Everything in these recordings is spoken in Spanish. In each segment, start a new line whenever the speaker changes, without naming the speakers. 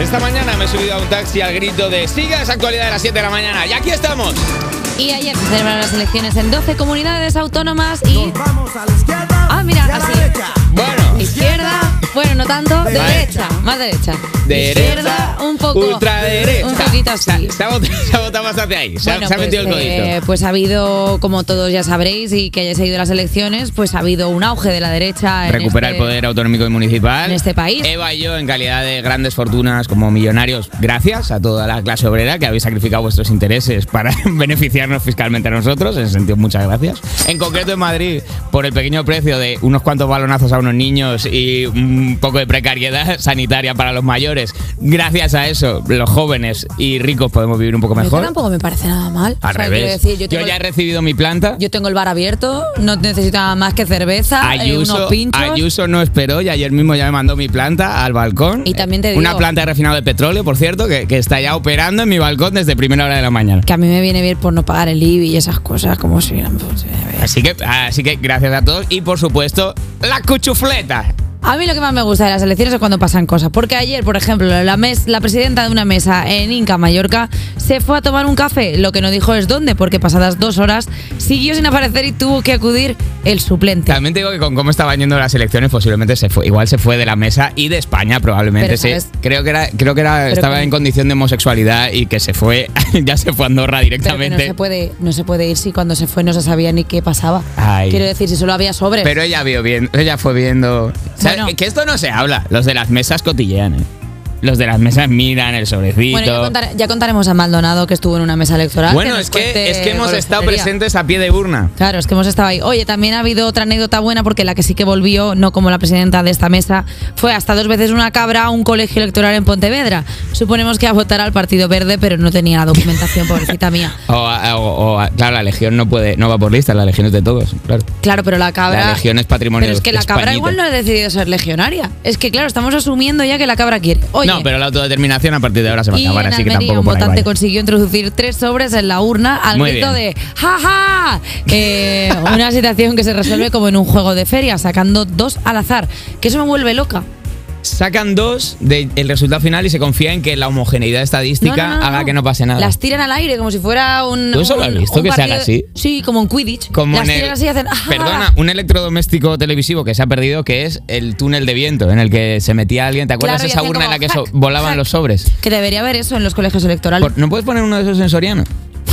Esta mañana me he subido a un taxi al grito de Siga esa actualidad de las 7 de la mañana. Y aquí estamos.
Y ayer se celebraron las elecciones en 12 comunidades autónomas y. Ah, mira, así.
Bueno,
Izquierda, bueno, no tanto, de
Vale.
derecha, más derecha.
derecha.
Izquierda, un poco.
Ultraderecha.
Un poquito así.
Se ha, vot- se ha votado bastante ahí. Se, ha-
Bueno,
se ha metido
pues,
el
eh,
codito.
pues ha habido, como todos ya sabréis y que hayáis seguido las elecciones, pues ha habido un auge de la derecha. en
Recupera el
este-
poder autonómico y municipal.
en este país.
Eva y yo, en calidad de grandes fortunas como millonarios, gracias a toda la clase obrera que habéis sacrificado vuestros intereses para beneficiarnos fiscalmente a nosotros. En ese sentido, muchas gracias. En concreto, en Madrid, por el pequeño precio de unos cuantos balonazos a unos niños y un poco de precariedad sanitaria para los mayores, gracias a eso, los jóvenes y ricos podemos vivir un poco
Pero que
mejor.
tampoco me parece nada mal.
Al
O sea, quiero
revés.
decir, yo,
yo,
tengo,
ya he recibido mi planta.
yo tengo el bar abierto, no necesito nada más que cerveza, eh, unos
Ayuso,
pinchos.
Ayuso no esperó y ayer mismo ya me mandó mi planta al balcón.
Y también te
Una
digo-
planta de refinado de petróleo, por cierto, que, que está ya operando en mi balcón desde primera hora de la mañana.
Que a mí me viene bien por no pagar el IBI y esas cosas, como si. pues, eh,
Así que, así que gracias a todos y por supuesto, la cuchufleta.
A mí lo que más me gusta de las elecciones es cuando pasan cosas. Porque ayer, por ejemplo, la, mes- la presidenta de una mesa en Inca, Mallorca, se fue a tomar un café. Lo que no dijo es dónde, porque pasadas dos horas siguió sin aparecer y tuvo que acudir el suplente.
También te digo que con cómo estaban yendo las elecciones, posiblemente se fue, igual se fue de la mesa y de España, probablemente
Pero,
sí.
¿sabes?
Creo que era, creo que era, estaba
que-
en condición de homosexualidad y que se fue, ya se fue a Andorra
Pero que
directamente.
no se, puede, no se puede ir si cuando se fue no se sabía ni qué pasaba.
Ay.
Quiero decir, si solo había sobres.
Pero ella vio bien, ella fue viendo. ¿Sabes?
Bueno.
Que esto no se habla. Los de las mesas cotillean, ¿eh? Los de las mesas miran el sobrecito.
bueno, ya, contar- ya contaremos a Maldonado que estuvo en una mesa electoral.
Bueno,
nos
es que,
cuente
es que hemos estado
goloselería.
presentes a pie de urna.
Claro, es que hemos estado ahí. Oye, también ha habido otra anécdota buena porque la que sí que volvió, no como la presidenta de esta mesa, fue hasta dos veces una cabra a un colegio electoral en Pontevedra. Suponemos que a votar al Partido Verde, pero no tenía documentación, pobrecita mía.
O, a- o- o a- claro, la legión no puede, no va por lista, la legión es de todos, claro.
Claro, pero la cabra.
La legión es patrimonio
Pero es que la cabra
españito.
igual no ha decidido ser legionaria. Es que, claro, estamos asumiendo ya que la cabra quiere. Oye,
no, pero la autodeterminación a partir de ahora se va a
y
acabar,
en
así que
Almería
tampoco
un
por ahí
votante
vaya.
consiguió introducir tres sobres en la urna al
Muy
grito
bien.
de ¡Ja, ja! Eh, una situación que se resuelve como en un juego de feria, sacando dos al azar, que eso me vuelve loca.
Sacan dos del resultado final y se confía en que la homogeneidad
No,
estadística
no, no,
haga
no.
que no pase nada.
Las tiran al aire como si fuera un.
¿Tú eso lo
un-
has visto,
un
que se haga
partido-
así?
Sí, como en Quidditch.
Como
Las
en el-
tiran así y hacen. "Ah". ¡Ja, ja!
Perdona, un electrodoméstico televisivo que se ha perdido, que es el túnel de viento en el que se metía alguien. ¿Te acuerdas
Claro, y
esa
hacían
urna en
como
la que so-
hack,
volaban
hack.
los sobres?
Que debería haber eso en los colegios electorales.
Por- ¿No puedes poner uno de esos en Soriano?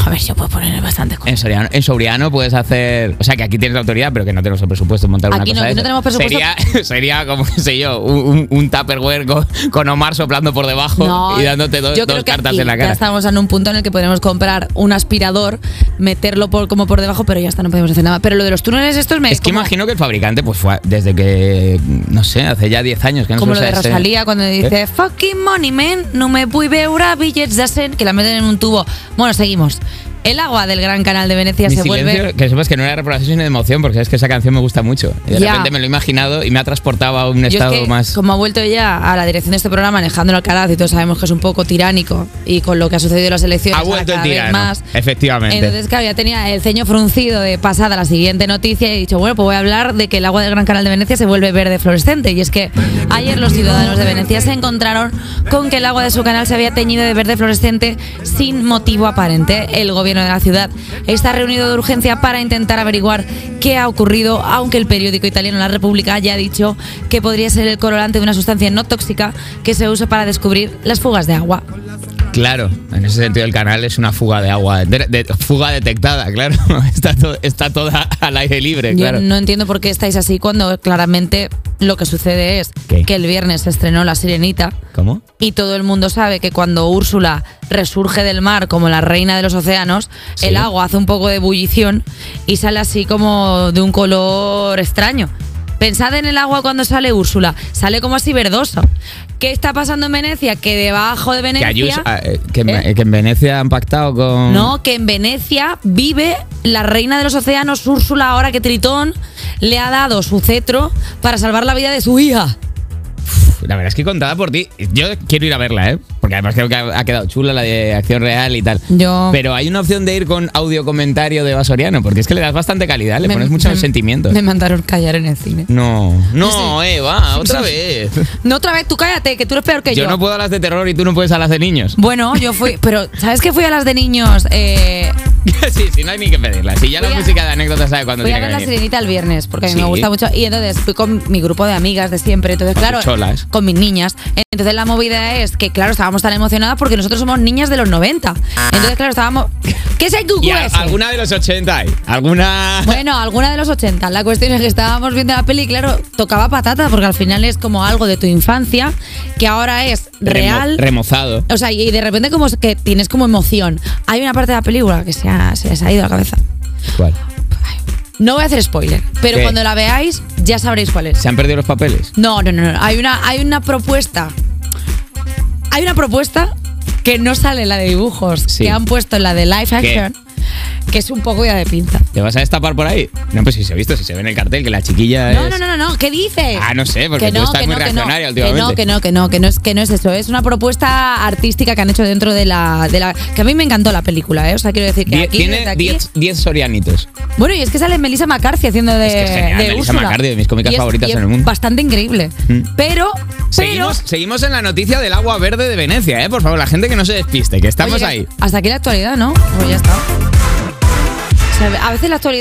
A ver, yo puedo poner bastantes cosas.
En Soriano, en Soriano puedes hacer. O sea, que aquí tienes la autoridad, pero que no tenemos el presupuesto en montar una
Aquí
cosa
no,
de
aquí no
esas.
tenemos presupuesto.
Sería, sería como, qué sé yo, un, un- un Tupperware con, con Omar soplando por debajo y dándote do-
yo creo
dos
que
cartas
aquí
en la
Ya
cara.
estamos en un punto en el que podemos comprar un aspirador, meterlo por, como por debajo, pero ya está, no podemos hacer nada. Pero lo de los túneles estos me
Es que
como-
imagino que el fabricante, pues fue a- desde que. No sé, hace ya 10 años que no
Como
se
lo de
usa este-
Rosalía cuando dice Fucking money man, no me voy veure billets de 100 Que la meten en un tubo Bueno, seguimos El agua del Gran Canal de Venecia
Mi
se
silencio,
vuelve
que sepas que no era reprobación sino de emoción, porque es que esa canción me gusta mucho. Y de
Ya.
repente me lo he imaginado y me ha transportado a un
Yo es
estado
que,
más.
como ha vuelto ya a la dirección de este programa Alejandro Alcaraz y todos sabemos que es un poco tiránico y con lo que ha sucedido en las elecciones
Ha vuelto
ahora
el
cada vez
tirano,
más
efectivamente.
Entonces claro, ya tenía el ceño fruncido de pasada la siguiente noticia y he dicho, bueno, pues voy a hablar de que el agua del Gran Canal de Venecia se vuelve verde fluorescente y es que ayer los ciudadanos de Venecia se encontraron con que el agua de su canal se había teñido de verde fluorescente sin motivo aparente. El gobierno de la ciudad está reunido de urgencia para intentar averiguar qué ha ocurrido, aunque el periódico italiano La República ya ha dicho que podría ser el colorante de una sustancia no tóxica que se usa para descubrir las fugas de agua.
Claro, en ese sentido el canal es una fuga de agua, de- de- fuga detectada, claro. Está, to- está toda al aire libre,
Yo
Eh, claro.
no entiendo por qué estáis así cuando claramente lo que sucede es
¿Qué?
que el viernes se estrenó La Sirenita
¿Cómo?
y todo el mundo sabe que cuando Úrsula resurge del mar como la reina de los océanos,
Sí.
el agua hace un poco de ebullición y sale así como de un color extraño. Pensad en el agua cuando sale Úrsula, sale como así verdoso. ¿Qué está pasando en Venecia? Que debajo de
Que,
Venecia...
Ayuso- ah, eh, que, en-
¿Eh?
que en Venecia han pactado con.
No, que en Venecia vive la reina de los océanos, Úrsula, ahora que Tritón le ha dado su cetro para salvar la vida de su hija.
Uf, Pues la verdad es que contada por ti. Yo quiero ir a verla, ¿eh? Porque además creo que ha ha quedado chula la de acción real y tal.
Yo-
Pero hay una opción de ir con audio comentario de Vasoriano, porque es que le das bastante calidad, le
Me-
pones muchos
me-
sentimientos.
Me mandaron callar en el cine.
No, no, Eva, otra vez.
No, otra vez, tú cállate, que tú eres peor que yo.
Yo no puedo a las de terror y tú no puedes a las de niños.
Bueno, yo fui, pero ¿sabes que fui a las de niños? Eh,
sí, sí, no hay ni que pedirla. Si ya la
Voy a-
música de anécdota sabe cuándo
fui a
tiene
ver
que
la
venir.
sirenita el viernes, porque a mí me
Sí.
gusta mucho. Y entonces fui con mi grupo de amigas de siempre, entonces
Con
claro,
tus cholas.
con mis niñas. Entonces la movida es que, claro, estábamos tan emocionadas porque nosotros somos niñas de los 90. Entonces, claro, estábamos... ¿Qué es el
Y
cucú
a-
ese?
alguna de los 80 hay. Alguna.
Bueno, alguna de los 80. La cuestión es que estábamos viendo la peli, y, claro, tocaba patata porque al final es como algo de tu infancia que ahora es
Remo-
real.
remozado.
O sea, y de repente como que tienes como emoción. Hay una parte de la película que se, ha- se les ha ido la cabeza.
¿Cuál?
No voy a hacer spoiler, pero
¿Qué?
cuando la veáis ya sabréis cuál es.
¿Se han perdido los papeles?
No, no, no, no. Hay una, hay una propuesta. Hay una propuesta que no sale en la de dibujos,
Sí.
que han puesto en la de live
¿Qué?
action, que es un poco ya de pinta.
¿Te vas a destapar por ahí? No, pues si se ha visto, si se ve en el cartel que la chiquilla
No,
es.
no, no, no, no, ¿qué dices?
Ah, no sé, porque
Que
tú estás
que
muy
que
reaccionaria
que
últimamente.
no, que no, que no, que no es, que no es eso. Es una propuesta artística que han hecho dentro de la, de la- Que a mí me encantó la película, ¿eh? O sea, quiero decir que
Die-
aquí, desde
tiene
aquí-
10 10 sorianitos.
Bueno, y es que sale Melissa McCarthy haciendo de.
Es que es genial,
de
Melissa
Úrsula.
McCarthy, de mis cómicas
Y es-
favoritas
y es
en el mundo.
Bastante increíble.
Mm.
Pero, pero.
Seguimos, seguimos en la noticia del agua verde de Venecia, ¿eh? Por favor, la gente que no se despiste, que estamos
Oye,
ahí.
Hasta aquí la actualidad, ¿no? Pues ya está. O sea, a veces la actualidad